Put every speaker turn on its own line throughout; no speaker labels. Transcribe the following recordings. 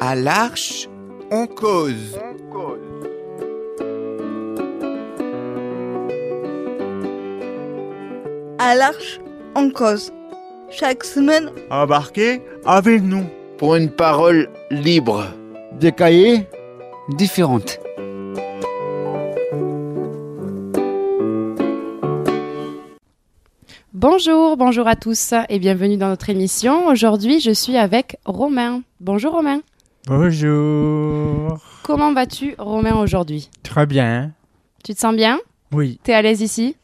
À l'arche, on cause.
à l'Arche en cause. Chaque semaine,
Embarquez avec nous.
pour une parole libre.
Des cahiers
différentes.
Bonjour, bonjour à tous et bienvenue dans notre émission. Aujourd'hui, je suis avec Romain. Bonjour Romain.
Bonjour.
Comment vas-tu Romain aujourd'hui
Très bien.
Tu te sens bien
Oui,
T'es à l'aise ici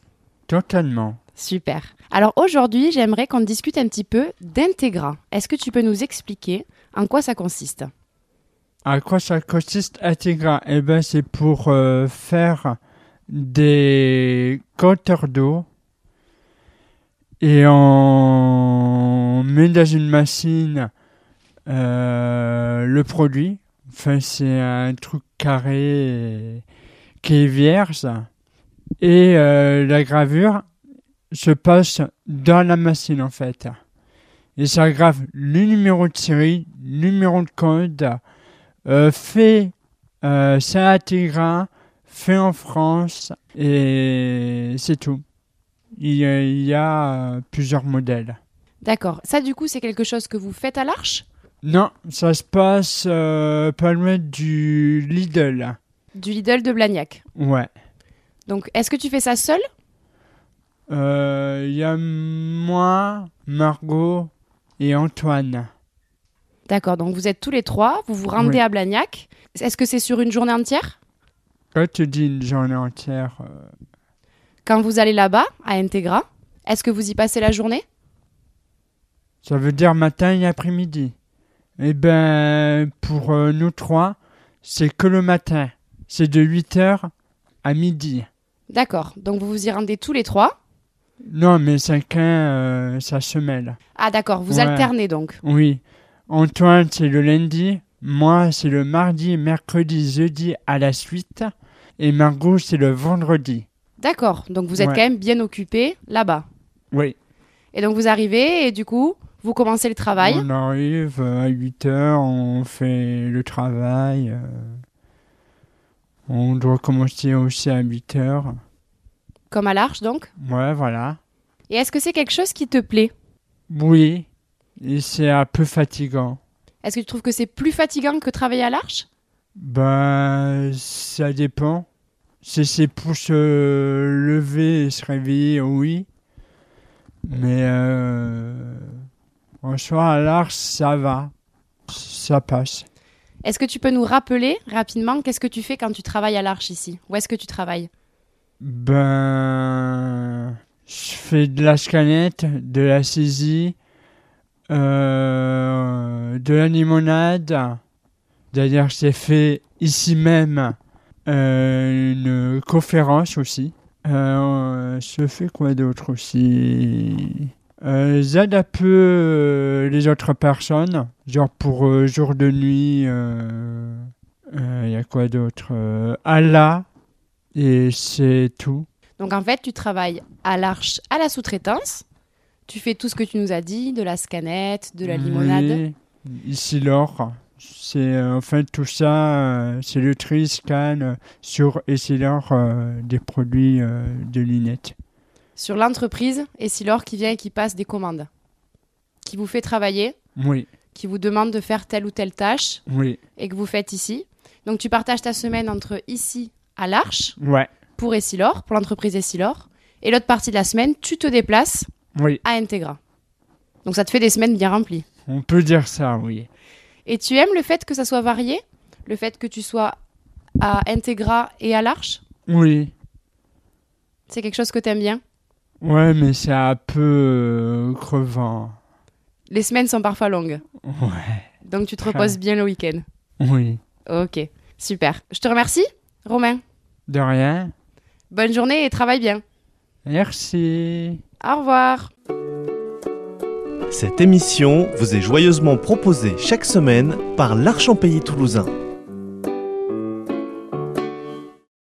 totalement.
Super. Alors aujourd'hui, j'aimerais qu'on discute un petit peu d'Integra. Est-ce que tu peux nous expliquer en quoi ça consiste
À quoi ça consiste Integra Eh bien, c'est pour euh, faire des compteurs d'eau et on met dans une machine euh, le produit. Enfin, c'est un truc carré et- qui est vierge et euh, la gravure se passe dans la machine en fait. Et ça grave le numéro de série, numéro de code, euh, fait euh, Saint-Athégra, fait en France, et c'est tout. Il y a, il y a, euh, plusieurs modèles.
D'accord. Ça du coup, c'est quelque chose que vous faites à l'Arche
Non, ça se passe euh, pas loin du Lidl.
Du Lidl de Blagnac.
Ouais.
Donc, est-ce que tu fais ça seul
Euh, Il y a moi, Margot et Antoine.
D'accord. Donc vous êtes tous les trois, vous vous rendez
Oui.
à Blagnac. Est-ce que c'est sur une journée entière
Quand tu dis une journée entière, euh,
Quand vous allez là-bas, à Integra, est-ce que vous y passez la journée
ça veut dire matin et après-midi. Eh ben, pour euh, nous trois, c'est que le matin. C'est de 8h à midi.
D'accord. Donc vous vous y rendez tous les trois.
Non, mais chacun euh, sa semelle.
Ah d'accord, vous
Ouais.
alternez donc.
Oui. Antoine, c'est le lundi. Moi, c'est le mardi, mercredi, jeudi à la suite. Et Margot, c'est le vendredi.
D'accord. Donc vous êtes
Ouais.
quand même bien occupé là-bas.
Oui.
Et donc vous arrivez et du coup, vous commencez le travail.
On arrive euh, à 8 heures, on fait le travail. euh, On doit commencer aussi à 8 heures.
Comme à l'arche donc.
Ouais, voilà.
Et est-ce que c'est quelque chose qui te plaît
Oui. Et c'est un peu fatigant.
Est-ce que tu trouves que c'est plus fatigant que travailler à l'arche
Ben, ça dépend. Si c'est pour se lever et se réveiller, oui. Mais euh, en soi, à l'arche, ça va. Ça passe.
Est-ce que tu peux nous rappeler rapidement qu'est-ce que tu fais quand tu travailles à l'arche ici Où est-ce que tu travailles
Ben, je fais de la scanette, de la saisie, euh, de la limonade. D'ailleurs, j'ai fait ici même euh, une conférence aussi. Euh, je fais quoi d'autre aussi euh, J'aide un peu euh, les autres personnes, genre pour euh, jour de nuit. Il euh, euh, y a quoi d'autre Euh, Allah. Et c'est tout.
Donc en fait, tu travailles à l'arche, à la sous-traitance. Tu fais tout ce que tu nous as dit, de la scanette, de la limonade.
Oui, Ici l'or. C'est euh, en fait tout ça, euh, c'est le tri scan euh, sur et c'est l'or euh, des produits euh, de lunettes.
Sur l'entreprise, et si l'or qui vient et qui passe des commandes, qui vous fait travailler,
Oui,
qui vous demande de faire telle ou telle tâche,
oui,
et que vous faites ici. Donc tu partages ta semaine entre ici à l'arche,
ouais,
pour Essilor, pour l'entreprise Essilor, et l'autre partie de la semaine, tu te déplaces
oui.
à Integra. Donc ça te fait des semaines bien remplies.
On peut dire ça, oui.
Et tu aimes le fait que ça soit varié Le fait que tu sois à Integra et à l'arche
Oui.
C'est quelque chose que t'aimes bien
Ouais, mais c'est un peu euh, crevant.
Les semaines sont parfois longues,
Ouais,
donc tu te
Très.
reposes bien le week-end.
oui.
Ok, super. Je te remercie, Romain.
De rien.
Bonne journée et travaille bien.
Merci.
Au revoir.
Cette émission vous est joyeusement proposée chaque semaine par l'Archampélie toulousain.